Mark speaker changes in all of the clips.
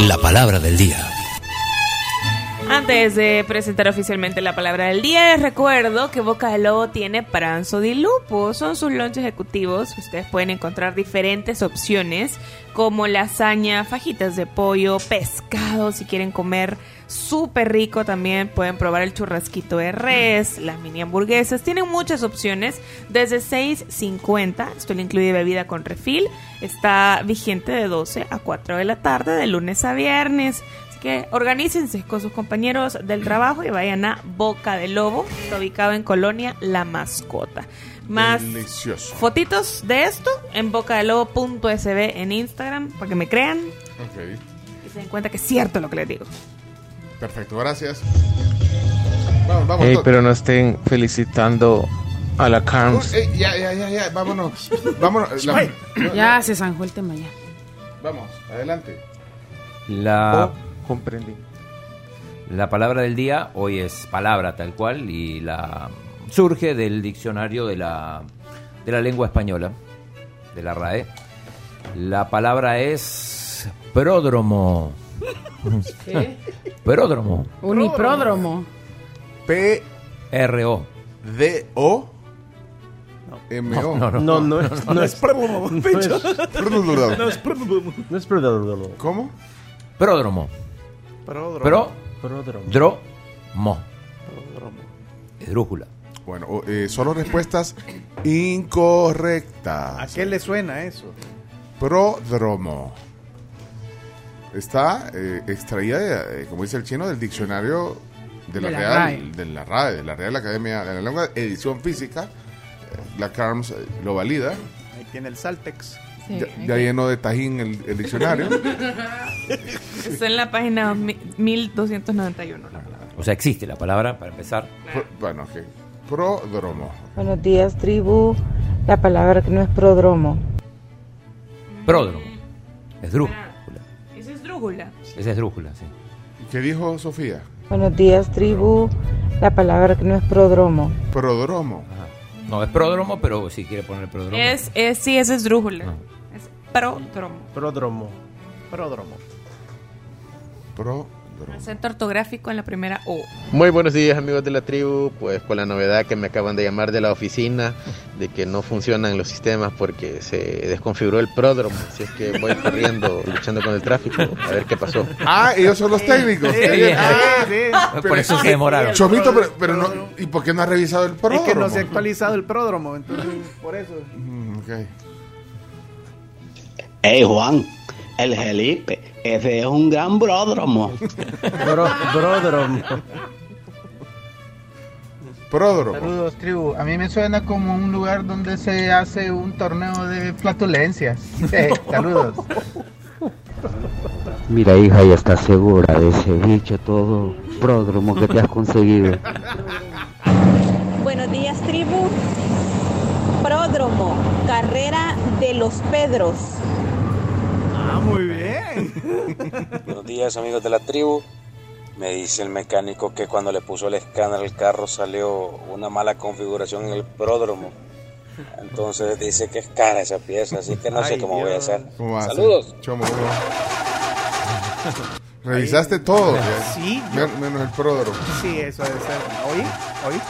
Speaker 1: La palabra del día.
Speaker 2: Antes de presentar oficialmente la palabra del día, les recuerdo que Boca del Lobo tiene Pranzo di Lupo. Son sus lunches ejecutivos. Ustedes pueden encontrar diferentes opciones como lasaña, fajitas de pollo, pescado. Si quieren comer súper rico también, pueden probar el churrasquito de res, las mini hamburguesas. Tienen muchas opciones desde 6.50. Esto le incluye bebida con refil. Está vigente de 12 a 4 de la tarde, de lunes a viernes que organícense con sus compañeros del trabajo y vayan a Boca de Lobo, está ubicado en Colonia La Mascota. Más
Speaker 3: Delicioso.
Speaker 2: fotitos de esto en bocadelobo.sb en Instagram, para que me crean
Speaker 3: Ok,
Speaker 2: y se den cuenta que es cierto lo que les digo.
Speaker 3: perfecto, gracias. Vamos, vamos.
Speaker 4: Ey,
Speaker 3: to-
Speaker 4: pero no estén felicitando a la
Speaker 3: Uh,
Speaker 4: Carms.
Speaker 3: ey, ya, ya, ya, ya, vámonos. vámonos. la- no,
Speaker 5: Ya se zanjó el tema ya.
Speaker 3: Vamos, adelante.
Speaker 6: La,
Speaker 4: Oh, comprendí.
Speaker 6: la palabra del día hoy es palabra tal cual y la surge del diccionario de la, de la lengua española, de la RAE. La palabra es pródromo. Pródromo.
Speaker 5: Unipródromo.
Speaker 6: R-O.
Speaker 3: P-D-O. M-O.
Speaker 6: No, no.
Speaker 7: No, no, es- no es pródromo. No es, no es pródromo. No es pródromo.
Speaker 3: ¿Cómo?
Speaker 6: Pródromo. Pro,
Speaker 7: Pródromo.
Speaker 6: dro, mo. Esdrújula.
Speaker 3: Bueno, o- eh, solo respuestas incorrectas.
Speaker 8: ¿A qué le suena eso?
Speaker 3: Pródromo. Está eh, extraída, de, eh, como dice el chino, del diccionario de la,
Speaker 5: De la
Speaker 3: Real,
Speaker 5: RAE.
Speaker 3: de la RAE, de la Real Academia de la Lengua, edición física. Eh, La Carms eh, lo valida.
Speaker 8: Ahí tiene el Saltex.
Speaker 5: Sí,
Speaker 3: ya,
Speaker 5: hay
Speaker 3: ya
Speaker 5: que-
Speaker 3: lleno de tajín el, el diccionario.
Speaker 2: Está en la página mi- 1291. la verdad.
Speaker 6: O sea, existe la palabra para empezar.
Speaker 3: Pro- bueno, ok. Pródromo.
Speaker 9: Buenos días, tribu. La palabra que no es prodromo.
Speaker 6: Pródromo. Esdrújula.
Speaker 2: Eso es drújula.
Speaker 6: Esa es esdrújula, sí.
Speaker 3: ¿Qué dijo Sofía?
Speaker 9: Buenos días, tribu. La palabra que no es prodromo.
Speaker 3: Pródromo.
Speaker 6: No, es pródromo, pero si quiere poner pródromo.
Speaker 2: Es, es, sí, eso es drújula.
Speaker 6: No.
Speaker 2: Es pródromo.
Speaker 7: Pródromo.
Speaker 8: Pródromo.
Speaker 3: Pródromo.
Speaker 2: Acento ortográfico en la primera O.
Speaker 10: Muy buenos días amigos de la tribu, pues con la novedad que me acaban de llamar de la oficina, de que no funcionan los sistemas porque se desconfiguró el pródromo, así es que voy corriendo, luchando con el tráfico, a ver qué pasó.
Speaker 3: Ah, ellos son los técnicos.
Speaker 8: Sí,
Speaker 6: Eh,
Speaker 3: Qué bien.
Speaker 6: eh,
Speaker 3: Ah,
Speaker 8: sí.
Speaker 6: Por eso se demoraron.
Speaker 3: Chomito, pero, pero no. ¿Y por qué no has revisado el
Speaker 8: Es
Speaker 3: pródromo?
Speaker 8: que no se ha actualizado el pródromo, entonces por eso.
Speaker 3: Mm, ok.
Speaker 11: Hey Juan, el Felipe, ese es un gran bródromo.
Speaker 7: Bro- bródromo.
Speaker 3: Pródromo.
Speaker 12: Saludos, tribu. A mí me suena como un lugar donde se hace un torneo de flatulencias. Eh, saludos.
Speaker 11: Mira, hija, ya estás segura de ese bicho todo pródromo que te has conseguido.
Speaker 9: Buenos días, tribu. Pródromo, carrera de los Pedros.
Speaker 8: Ah, muy bien.
Speaker 12: Buenos días, amigos de la tribu. Me dice el mecánico que cuando le puso el escáner al carro salió una mala configuración en el pródromo. Entonces dice que es cara esa pieza, así que no sé cómo voy a hacer.
Speaker 3: ¿Cómo vas?
Speaker 12: Saludos.
Speaker 3: Chomo. Revisaste todo. ya.
Speaker 8: Sí, yo-
Speaker 3: Men- menos el pródromo.
Speaker 8: Sí, eso debe ser. ¿Oí? ¿Oí?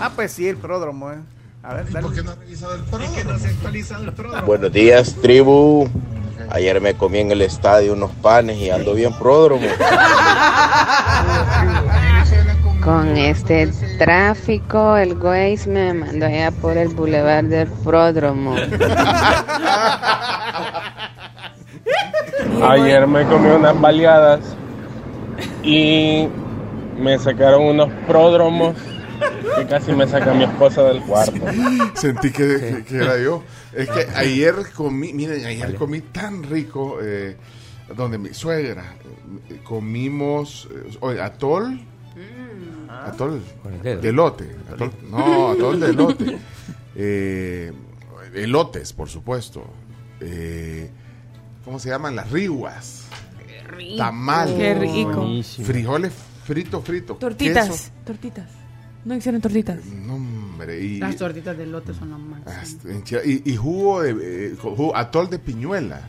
Speaker 8: Ah, pues sí, el pródromo, eh. A ver, dale.
Speaker 3: ¿Por qué no has revisado el pródromo?
Speaker 8: Es que no se ha actualizado el pródromo.
Speaker 10: Buenos días tribu, ayer me comí en el estadio unos panes y ando bien pródromo.
Speaker 9: Con este tráfico, el Waze me mandó allá por el bulevar del pródromo.
Speaker 4: Ayer me comí unas baleadas y me sacaron unos pródromos que casi me saca mi esposa del cuarto.
Speaker 3: Sentí que, que- que era yo. Es que ayer comí, miren, ayer comí tan rico eh, donde mi suegra. eh, Comimos eh, oye, atol.
Speaker 8: Mm. Ah.
Speaker 3: Atol
Speaker 6: ¿Con el dedo?
Speaker 3: de elote. Atol, no, atol de elote. Eh, elotes, por supuesto. Eh, ¿Cómo se llaman? Las riguas. Tamal.
Speaker 2: Qué rico.
Speaker 3: Frijoles fritos, fritos.
Speaker 2: Tortitas.
Speaker 3: queso.
Speaker 2: Tortitas. No hicieron tortitas.
Speaker 3: No, hombre. Y, Ah,
Speaker 5: Las tortitas de lote son las más.
Speaker 3: Hasta- en Chile- Y, y jugo de eh, co- jugo- atol de piñuela.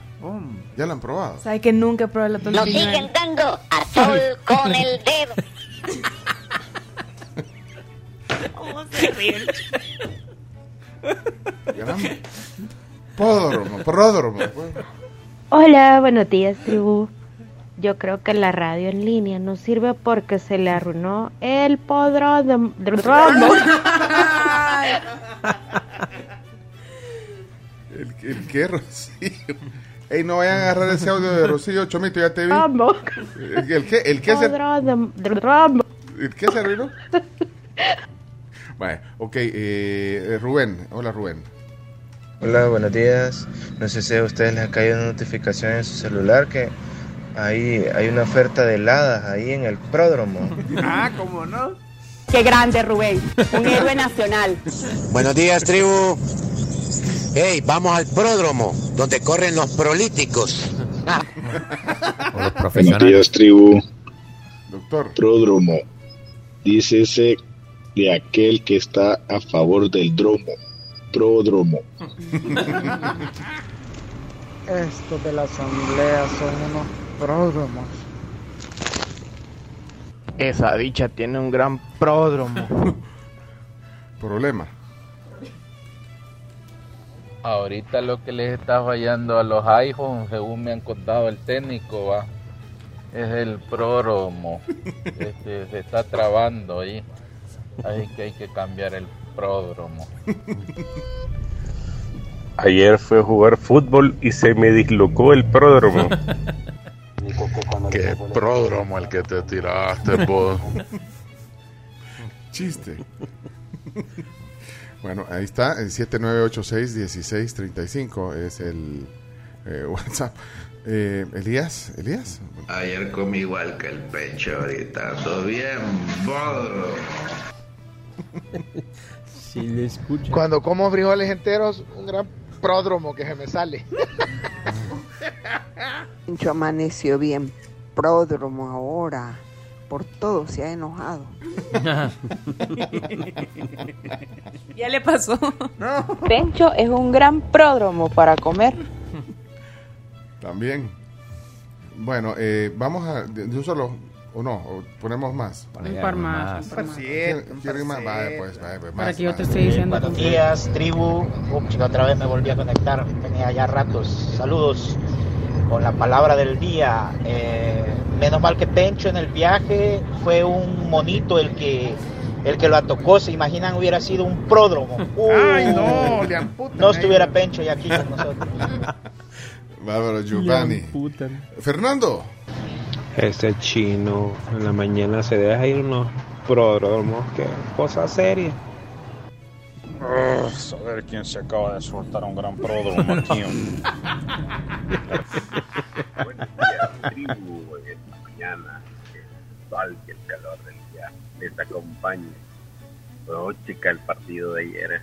Speaker 3: Ya la han probado.
Speaker 13: ¿Sabes que nunca he probado la
Speaker 14: Nos
Speaker 13: tontolina?
Speaker 14: siguen dando a sol con el dedo.
Speaker 13: ¿Cómo se ríen?
Speaker 3: Gran Pródromo, pródromo. pues.
Speaker 15: Hola, buenos días, tribu. Yo creo que la radio en línea no sirve porque se le arruinó el podro de, de rombo.
Speaker 3: El, el que es Rocío. Ey, no vayan a agarrar ese audio de Rocío, Chomito, ya te vi.
Speaker 15: Rombo.
Speaker 3: El, el que, el que se,
Speaker 15: Podro de, de rombo.
Speaker 3: el que se arruinó. Vale, ok, eh, Rubén. Hola, Rubén.
Speaker 16: Hola, buenos días. No sé si a ustedes les ha caído una notificación en su celular que ahí hay una oferta de heladas ahí en el pródromo.
Speaker 6: Ah, ¿cómo no?
Speaker 17: Qué grande, Rubén. Un héroe nacional.
Speaker 18: Buenos días, tribu. Hey, vamos al pródromo, donde corren los prolíticos.
Speaker 7: Buenos días, tribu.
Speaker 3: Doctor.
Speaker 7: Pródromo. Dícese de aquel que está a favor del dromo. Pródromo.
Speaker 6: Estos de la asamblea son unos pródromos.
Speaker 19: Esa dicha tiene un gran pródromo.
Speaker 3: Problema.
Speaker 20: Ahorita lo que les está fallando a los iPhones, según me han contado el técnico, va, es el pródromo. Este, se está trabando ahí. Así que hay que cambiar el pródromo.
Speaker 4: Ayer fue a jugar fútbol y se me dislocó el pródromo.
Speaker 21: Qué pródromo el que te tiraste, vos.
Speaker 3: Chiste. Bueno, ahí está, el 7986-1635 es el eh, WhatsApp. Eh, Elías, Elías.
Speaker 22: Ayer comí igual que el pecho ahorita. Ando bien, bodro.
Speaker 23: Si le escucha.
Speaker 24: Cuando como frijoles enteros, un gran pródromo que se me sale.
Speaker 25: Pincho amaneció bien pródromo ahora. Por todo se ha enojado.
Speaker 13: Ya le pasó.
Speaker 2: Pencho es un gran pródromo para comer.
Speaker 3: También. Bueno, eh, vamos a. De, de un solo. ¿O no? ¿O ponemos más?
Speaker 5: Un par más, un par más.
Speaker 3: ¿Quieren- quieren más? Vale, pues, vale, pues,
Speaker 5: Para
Speaker 3: más,
Speaker 5: que yo
Speaker 3: más.
Speaker 5: te esté diciendo.
Speaker 26: Buenos días, tribu. Ups, otra vez me volví a conectar. Tenía ya ratos. Saludos. Con la palabra del día. Eh, menos mal que Pencho en el viaje fue un monito el que el que lo atocó. Se imaginan hubiera sido un pródromo.
Speaker 6: Ay, no, le amputan
Speaker 26: No
Speaker 6: ahí.
Speaker 26: estuviera Pencho ya aquí con nosotros.
Speaker 3: Bárbaro Giovanni. Fernando.
Speaker 27: Ese chino en la mañana se deja ir unos pródromos, que cosa seria.
Speaker 28: Ugh, saber quién se acaba de soltar un gran pródromo aquí. hombre.
Speaker 29: tribu en esta mañana, que el sol y el calor del día les acompañe. Pero chica, el partido de ayer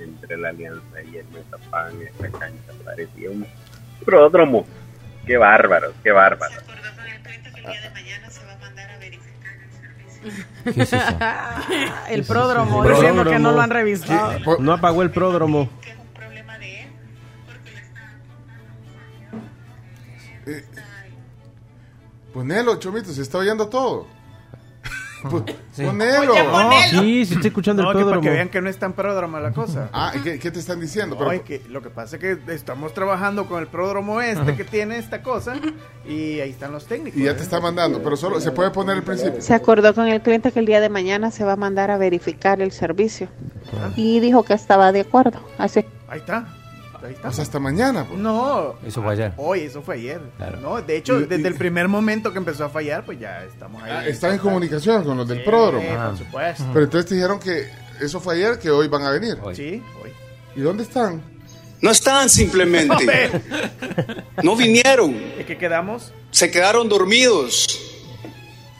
Speaker 29: entre la Alianza y el Metapan, esta cancha parecía un pródromo. Qué bárbaro, qué bárbaro.
Speaker 5: ¿Qué es eso? El pródromo, diciendo que no lo han
Speaker 8: Ah.
Speaker 5: revisado.
Speaker 23: No apagó el pródromo.
Speaker 3: Ponelo, Chomito, se está oyendo todo. Po- Ponelo.
Speaker 6: Oye,
Speaker 7: Oh,
Speaker 6: ponelo.
Speaker 23: Sí, se está escuchando
Speaker 6: No,
Speaker 23: el
Speaker 6: que para
Speaker 23: pródromo.
Speaker 6: que vean que no es tan pródromo la cosa.
Speaker 3: Ah, ¿qué, te están diciendo?
Speaker 6: No, es que lo que pasa es que estamos trabajando con el pródromo este que tiene esta cosa y ahí están los técnicos. ¿eh?
Speaker 3: Y ya te está mandando, pero solo se puede poner el principio.
Speaker 2: Se acordó con el cliente que el día de mañana se va a mandar a verificar el servicio. Y dijo que estaba de acuerdo. Así.
Speaker 6: Ahí está. Ahí está.
Speaker 3: O sea, hasta mañana. pues.
Speaker 6: No.
Speaker 30: Eso fue ayer.
Speaker 6: Hoy, eso fue ayer.
Speaker 30: Claro.
Speaker 6: No, de hecho,
Speaker 3: Y- y-
Speaker 6: desde el primer momento que empezó a fallar, pues ya estamos ahí.
Speaker 3: Ah, Están en comunicación con los del pródromo.
Speaker 6: Eh, Sí, por supuesto.
Speaker 3: Pero entonces te dijeron que eso fue ayer, que hoy van a venir.
Speaker 6: Sí, hoy.
Speaker 3: ¿Y dónde están?
Speaker 31: No están simplemente. No vinieron.
Speaker 6: ¿Y qué quedamos?
Speaker 31: Se quedaron dormidos.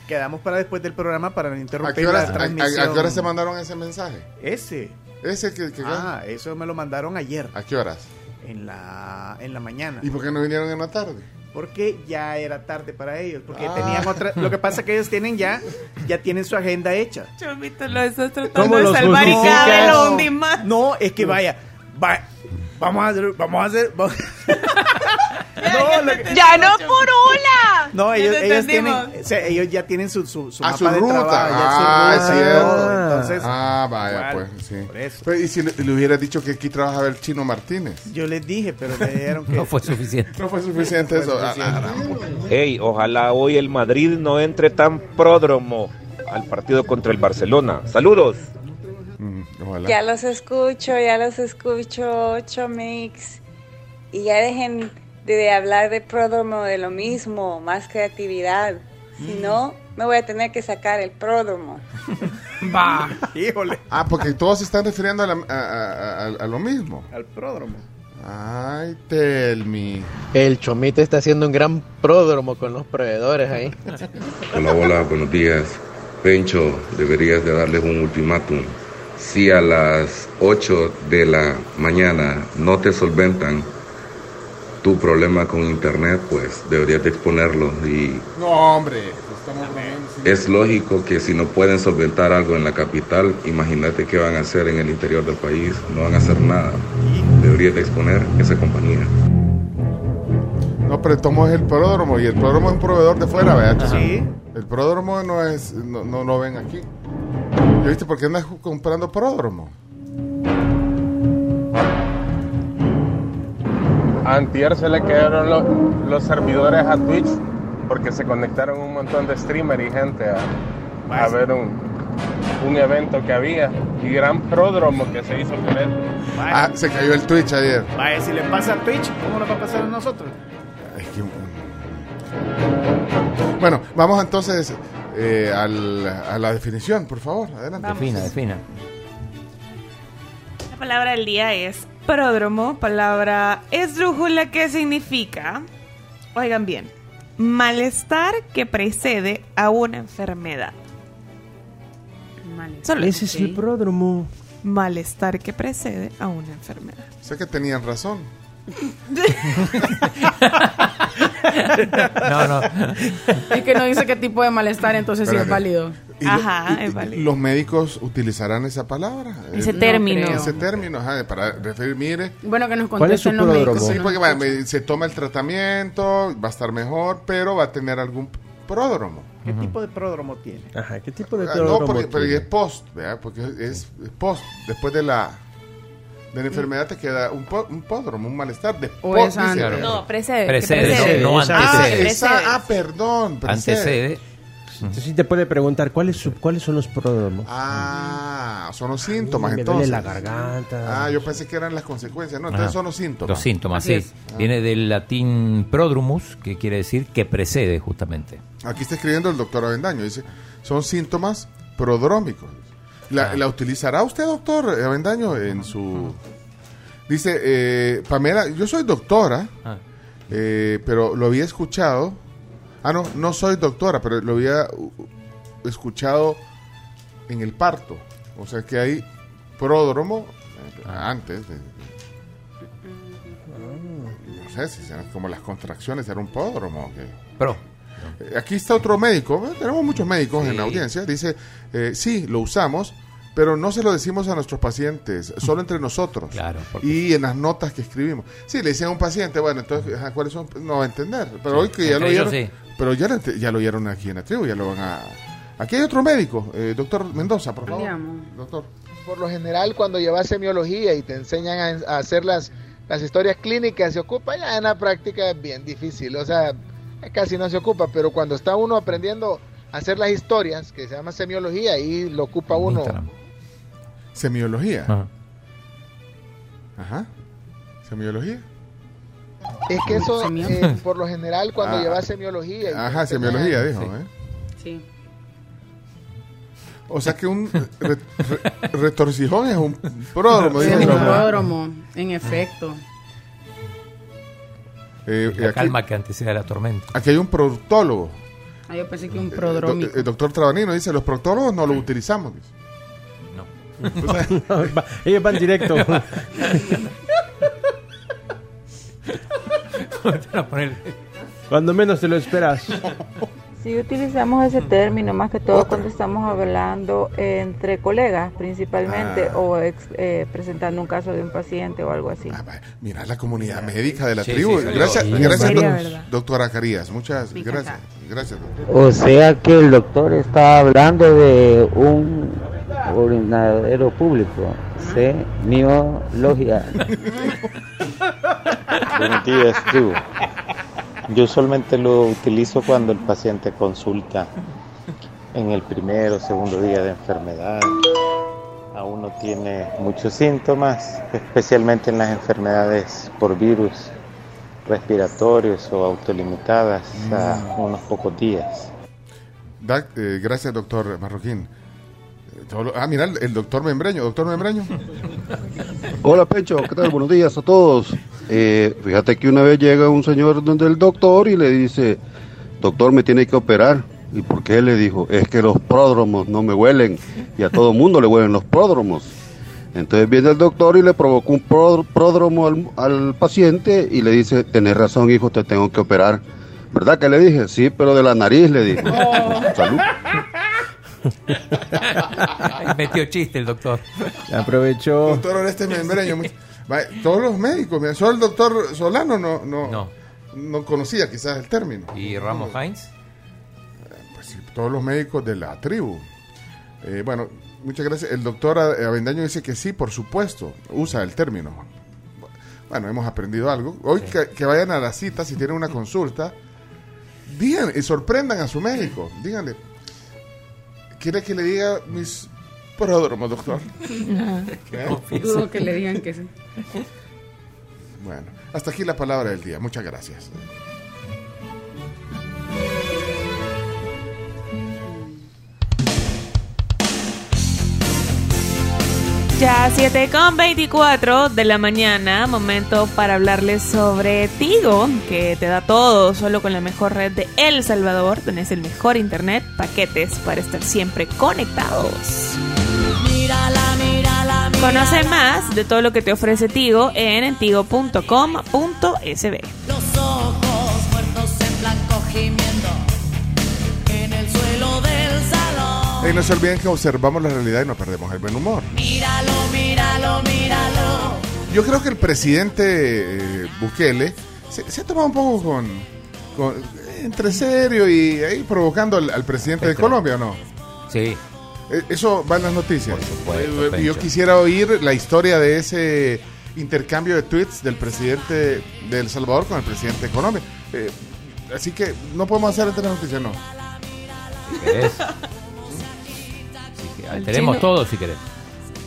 Speaker 6: Quedamos para después del programa para no interrumpir
Speaker 3: ¿A qué horas-
Speaker 6: la
Speaker 3: a- a-
Speaker 6: transmisión.
Speaker 3: a qué horas te mandaron ese mensaje?
Speaker 6: Ese.
Speaker 3: Ese que, que-
Speaker 6: Ah, eso me lo mandaron ayer.
Speaker 3: ¿A qué horas?
Speaker 6: En la, en la mañana.
Speaker 3: ¿Y por qué no vinieron en la tarde?
Speaker 6: Porque ya era tarde para ellos. Porque
Speaker 3: Ah.
Speaker 6: tenían otra. Lo que pasa es que ellos tienen ya, ya tienen su agenda hecha.
Speaker 13: Chomito, lo estás
Speaker 6: ¿Cómo
Speaker 13: tratando de salvar y cada vez lo hundí más.
Speaker 6: No, es que vaya. va- vamos a hacer. Vamos a hacer. va-
Speaker 8: No, lo que-
Speaker 5: ¡Ya no curula!
Speaker 8: No,
Speaker 5: Ya
Speaker 8: ellos,
Speaker 5: te
Speaker 8: ellos
Speaker 5: entendimos.
Speaker 8: tienen, se- ellos ya tienen su, su, su
Speaker 3: A
Speaker 8: mapa
Speaker 3: su
Speaker 8: de
Speaker 3: ruta.
Speaker 8: trabajo, ya su
Speaker 3: ah,
Speaker 8: ruta,
Speaker 3: es cierto.
Speaker 8: todo. Entonces,
Speaker 3: ah, vaya,
Speaker 8: igual.
Speaker 3: pues, sí. Pues, y si le, le hubiera dicho que aquí trabajaba el Chino Martínez.
Speaker 8: Yo les dije, pero me dijeron que...
Speaker 6: No fue suficiente.
Speaker 3: No fue suficiente eso. Ah, ah, ah, pues.
Speaker 32: Hey, ojalá hoy el Madrid no entre tan pródromo al partido contra el Barcelona. Saludos.
Speaker 3: Mm,
Speaker 1: Ya los escucho, ya los escucho, 8 mix. Y ya dejen de hablar de pródromo de lo mismo, más creatividad. Si
Speaker 3: Mm.
Speaker 1: no, me voy a tener que sacar el pródromo.
Speaker 8: Va. Híjole.
Speaker 3: Ah, porque todos se están refiriendo a, la- a- a- a- a lo mismo.
Speaker 8: Al pródromo.
Speaker 3: Ay, tell me.
Speaker 10: El Chomito está haciendo un gran pródromo con los proveedores ahí.
Speaker 4: Hola, hola, buenos días. Pencho, deberías de darles un ultimátum. Si a las 8 de la mañana no te solventan tu problema con internet, pues deberías de exponerlo. Y
Speaker 3: No, hombre. pues, Estamos poniendo sin-
Speaker 4: es lógico que si no pueden solventar algo en la capital, imagínate qué van a hacer en el interior del país. No van a hacer nada. Deberías de exponer esa compañía.
Speaker 3: No, pero tomo es el pródromo y el pródromo es un proveedor de fuera, ¿verdad?
Speaker 8: Sí.
Speaker 3: El pródromo no es, no, no lo ven aquí. ¿Ya viste por qué andas ju- comprando pródromo?
Speaker 9: Antier se le quedaron lo- los servidores a Twitch porque se conectaron un montón de streamers y gente a, a ver un, un evento que había y gran pródromo que se hizo con él.
Speaker 3: Ah, se cayó el Twitch ayer.
Speaker 8: Vaya, si le pasa a Twitch, ¿cómo nos va a pasar a nosotros?
Speaker 3: Ay, qué- Bueno, vamos entonces eh, al- a la definición, por favor. Adelante.
Speaker 2: Vamos. Defina, defina. La palabra del día es pródromo, palabra esdrújula que significa, oigan bien, malestar que precede a una enfermedad. Solo
Speaker 7: Ese es el pródromo.
Speaker 2: Malestar que precede a una enfermedad.
Speaker 3: Sé que tenían razón.
Speaker 6: No, no.
Speaker 5: Es que no dice qué tipo de malestar, entonces sí es
Speaker 3: Espérate.
Speaker 5: válido.
Speaker 3: Y lo- y- y Los médicos utilizarán esa palabra.
Speaker 5: Ese
Speaker 3: Eh,
Speaker 5: término.
Speaker 3: Ese término, ajá, para referir, mire.
Speaker 5: Bueno, que nos contesten los médicos.
Speaker 3: Sí, porque vaya, me- se toma el tratamiento, va a estar mejor, pero va a tener algún pródromo.
Speaker 8: ¿Qué tipo de pródromo tiene?
Speaker 7: Ajá, ¿qué tipo de
Speaker 3: Ah,
Speaker 7: pródromo?
Speaker 3: no, porque, pero
Speaker 7: tiene?
Speaker 3: es post, ¿verdad? Porque es es post. Después de la, de la enfermedad te queda un, po- un pódromo, un malestar. De
Speaker 2: O
Speaker 3: post,
Speaker 2: es antes.
Speaker 3: dice, ¿verdad?
Speaker 2: No, precede, que Precede, precede.
Speaker 7: no, no
Speaker 3: Ah,
Speaker 7: antecede.
Speaker 3: esa- ah, perdón. precede.
Speaker 6: eh.
Speaker 7: Entonces sí te puede preguntar cuáles su- cuáles son los pródromos.
Speaker 3: Ah, son los
Speaker 7: Ay,
Speaker 3: síntomas
Speaker 7: me duele
Speaker 3: entonces.
Speaker 7: la garganta.
Speaker 3: Ah, yo pensé que eran las consecuencias. No,
Speaker 6: Ajá.
Speaker 3: entonces son los síntomas.
Speaker 6: Los síntomas, sí. Ah. Viene del latín prodrumus, que quiere decir que precede justamente.
Speaker 3: Aquí está escribiendo el doctor Avendaño. Dice, son síntomas prodrómicos. ¿La, la utilizará usted, doctor Avendaño, en su... Dice, eh, Pamela, yo soy doctora,
Speaker 6: Ah.
Speaker 3: eh, pero lo había escuchado... Ah, no, no soy doctora, pero lo había uh, escuchado en el parto. O sea que hay pródromo eh, antes. de- no sé si serán como las contracciones, era un pródromo. o qué.
Speaker 6: Pro.
Speaker 3: Eh, Aquí está otro médico, bueno, tenemos muchos médicos en la audiencia, dice, eh, sí, lo usamos, pero no se lo decimos a nuestros pacientes, solo entre nosotros. Y en las notas que escribimos. Sí, le dicen a un paciente, bueno, entonces, ajá, ¿cuáles son? No va a entender, pero
Speaker 6: Sí,
Speaker 3: hoy que ya lo
Speaker 6: entre ellos
Speaker 3: oyeron, pero ya, lo ent- ya lo oyeron aquí en la tribu, ya lo van a... Aquí hay otro médico, eh, doctor Mendoza, por favor. Doctor.
Speaker 33: Por lo general, cuando llevas semiología y te enseñan a, a hacer las, las historias clínicas, se ocupa ya en la práctica es bien difícil, o sea, casi no se ocupa, pero cuando está uno aprendiendo a hacer las historias, que se llama semiología, ahí lo ocupa uno.
Speaker 3: Semiología.
Speaker 6: Ajá.
Speaker 3: Semiología.
Speaker 33: Es que eso,
Speaker 3: Semio-
Speaker 33: eh, por lo general, cuando
Speaker 3: Ah.
Speaker 33: llevas semiología... y te
Speaker 3: Ajá,
Speaker 33: enseñan-
Speaker 3: semiología, dijo, ¿eh?
Speaker 33: Sí.
Speaker 3: O sea que un re- re- retorcijón es un pródromo.
Speaker 5: Sí,
Speaker 3: dijo
Speaker 5: es un
Speaker 3: mi mamá.
Speaker 5: pródromo, en efecto.
Speaker 3: Eh,
Speaker 6: La
Speaker 3: aquí,
Speaker 6: calma que antecede a la tormenta.
Speaker 3: aquí hay un proctólogo.
Speaker 5: Ah, yo pensé que un
Speaker 3: el
Speaker 5: prodrómico.
Speaker 3: doctor Trabanino dice, los proctólogos no lo utilizamos. dice.
Speaker 7: Va- Ellos van directo. Cuando menos te lo esperas.
Speaker 11: Si utilizamos ese término, más que todo cuando estamos hablando entre colegas, principalmente,
Speaker 3: Ah.
Speaker 11: o ex- eh, presentando un caso de un paciente o algo así.
Speaker 3: Mira la comunidad médica de la
Speaker 15: Sí,
Speaker 3: tribu.
Speaker 15: sí, salió.
Speaker 3: gracias,
Speaker 15: Sí.
Speaker 3: gracias,
Speaker 15: Seria,
Speaker 3: doc-
Speaker 15: ¿verdad?
Speaker 3: doctora Carías. Muchas gracias. Gracias, doctora.
Speaker 31: O sea que el doctor está hablando de un orinadero público. C. Miologia.
Speaker 34: Buenos días, tribu. Yo usualmente lo utilizo cuando el paciente consulta en el primero o segundo día de enfermedad. Aún no tiene muchos síntomas, especialmente en las enfermedades por virus respiratorios o autolimitadas a unos pocos días.
Speaker 3: Da- eh, gracias, doctor Marroquín. Eh, todo lo- Ah, mira, el, el doctor Membreño. Doctor Membreño.
Speaker 35: Hola Pecho, ¿qué tal? Buenos días a todos. Eh, fíjate que una vez llega un señor donde el doctor y le dice, doctor me tiene que operar. ¿Y por qué le dijo? Es que los pródromos no me huelen y a todo mundo le huelen los pródromos. Entonces viene el doctor y le provocó un pró- pródromo al, al paciente y le dice, tenés razón hijo, te tengo que operar. ¿Verdad que le dije? Sí, pero de la nariz le dije. Salud.
Speaker 6: Metió chiste el doctor.
Speaker 7: Aprovechó.
Speaker 3: doctor Oreste Membreño. mu- Va, Todos los médicos. Mira, solo el doctor Solano no, no, no. conocía quizás el término.
Speaker 6: ¿Y Ramos Heinz?
Speaker 3: Pues sí, todos los médicos de la tribu. Eh, bueno, muchas gracias. El doctor A- Avendaño dice que sí, por supuesto, usa el término. Bueno, hemos aprendido algo. Hoy que, que vayan a la cita, si tienen una consulta, digan y sorprendan a su médico. Díganle, ¿quiere que le diga mis pródromos, doctor? ¿Eh?
Speaker 36: Dudo que le digan que sí.
Speaker 3: Bueno, hasta aquí la palabra del día. Muchas gracias.
Speaker 2: Ya 7 con 24 de la mañana, momento para hablarles sobre Tigo, que te da todo, solo con la mejor red de El Salvador, tenés el mejor internet, paquetes para estar siempre conectados. Conoce más de todo lo que te ofrece Tigo en tigo.com.sb.
Speaker 37: Los ojos muertos en blanco gimiendo en el suelo del salón.
Speaker 3: Y no se olviden que observamos la realidad y no perdemos el buen humor.
Speaker 37: Míralo, míralo, míralo.
Speaker 3: Yo creo que el presidente eh, Bukele se, se ha tomado un poco con, con- entre serio y ahí provocando al, al presidente de Colombia, ¿o no? E,
Speaker 6: Sí.
Speaker 3: Eso va en las noticias. Eh, eh, Yo
Speaker 6: Pencho.
Speaker 3: quisiera oír la historia de ese intercambio de tweets del presidente de El Salvador con el presidente de Colombia. Eh, así que no podemos hacer entre las noticias, no.
Speaker 6: ¿Qué es? Así que, ah, tenemos todo si querés.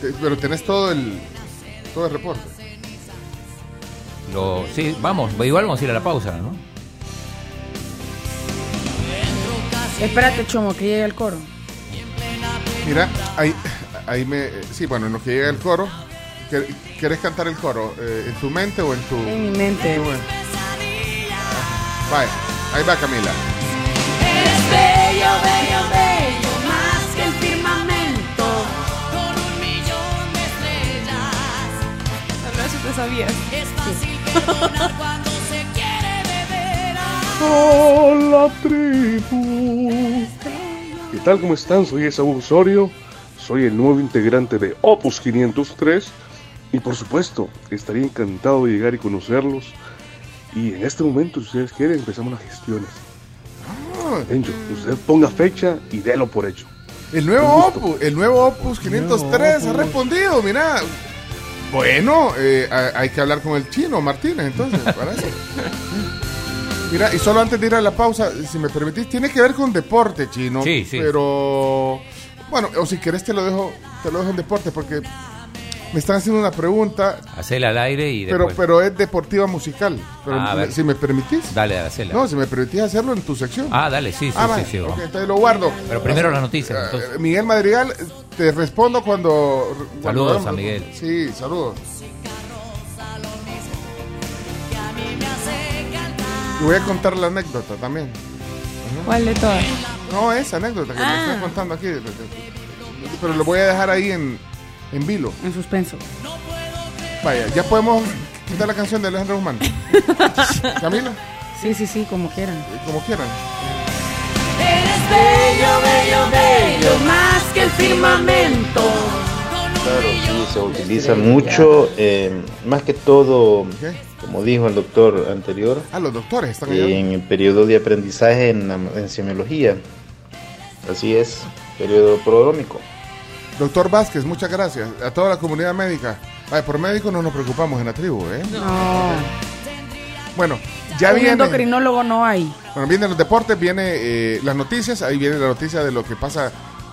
Speaker 3: Te- Pero tenés todo el, todo el reporte.
Speaker 6: Lo, sí, vamos, igual vamos a ir a la pausa, ¿no?
Speaker 36: Espérate, Chomo, que llegue el coro.
Speaker 3: Mira, ahí, ahí me. eh, Sí, bueno, en lo que llega el coro. ¿quer- ¿Querés cantar el coro? eh, ¿En tu mente o en tu.?
Speaker 36: En mi mente.
Speaker 3: en tu- Vaya, ahí va Camila.
Speaker 37: Eres bello, bello, bello, más que el firmamento. Con un millón de estrellas.
Speaker 2: Eso te sabías.
Speaker 37: Es fácil perdonar cuando se quiere de veras.
Speaker 38: Hola tribu. ¿Qué tal? ¿Cómo están? Soy Esaú Osorio, soy el nuevo integrante de Opus 503 y por supuesto estaría encantado de llegar y conocerlos. Y en este momento, si ustedes quieren, empezamos las gestiones. Encho, usted ponga fecha y délo por hecho.
Speaker 3: El nuevo Opus, el nuevo Opus 503 ha respondido, mira. Bueno, eh, ha- hay que hablar con el chino Martínez, entonces, para eso. Mira, y solo antes de ir a la pausa, si me permitís, tiene que ver con deporte, chino.
Speaker 6: Sí, sí.
Speaker 3: Pero, bueno, o si querés te lo dejo, te lo dejo en deporte, porque me están haciendo una pregunta,
Speaker 6: Hacela al aire y
Speaker 3: pero,
Speaker 6: después.
Speaker 3: pero es deportiva musical. Pero
Speaker 6: Ah, a ver.
Speaker 3: si me permitís.
Speaker 6: Dale, hacela.
Speaker 3: No, si me permitís hacerlo en tu sección.
Speaker 6: Ah, dale, sí, sí,
Speaker 3: Ah,
Speaker 6: sí,
Speaker 3: vale,
Speaker 6: sí,
Speaker 3: ok,
Speaker 6: vamos.
Speaker 3: entonces lo guardo.
Speaker 6: Pero primero las noticias,
Speaker 3: Ah,
Speaker 6: entonces.
Speaker 3: Miguel Madrigal, te respondo cuando. cuando
Speaker 6: Saludos
Speaker 3: hagamos-
Speaker 6: a Miguel.
Speaker 3: Sí, saludos. Y voy a contar la anécdota también.
Speaker 2: ¿Cuál de todas?
Speaker 3: No, esa anécdota que me estás contando aquí. Pero lo voy a dejar ahí en, en vilo.
Speaker 36: En suspenso.
Speaker 3: Vaya, ya podemos quitar la canción de Alejandro Guzmán. Camila,
Speaker 36: Sí, sí, sí, como quieran.
Speaker 3: como quieran.
Speaker 5: Eres bello, bello, bello, más que el firmamento.
Speaker 31: Claro, sí, se utiliza mucho, eh, más que todo, como dijo el doctor anterior,
Speaker 3: Ah, los doctores están allá.
Speaker 31: en el periodo de aprendizaje en, la- en semiología. Así es, periodo prodrómico.
Speaker 3: Doctor Vázquez, muchas gracias. A toda la comunidad médica. Ay, por médicos no nos preocupamos en la tribu, ¿eh?
Speaker 39: No.
Speaker 3: Bueno, ya
Speaker 39: Un
Speaker 3: viene.
Speaker 39: endocrinólogo no hay.
Speaker 3: Bueno, vienen los deportes, viene eh, las noticias. Ahí viene la noticia de lo que pasa.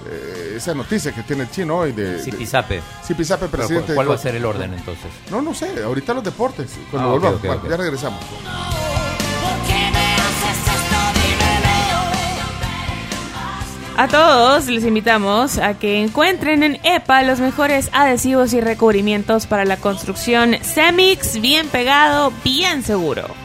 Speaker 3: eh, esa noticia que tiene el chino hoy de.
Speaker 6: Zipizape.
Speaker 3: Zipizape,
Speaker 6: Pero,
Speaker 3: eh, presidente.
Speaker 6: ¿Cuál va a ser el orden entonces?
Speaker 3: No, no sé. Ahorita los deportes. Cuando
Speaker 6: Ah, ok,
Speaker 3: volvamos.
Speaker 6: ok,
Speaker 3: Bueno,
Speaker 6: ok.
Speaker 3: Ya regresamos.
Speaker 2: A todos les invitamos a que encuentren en EPA los mejores adhesivos y recubrimientos para la construcción Semix, bien pegado, bien seguro.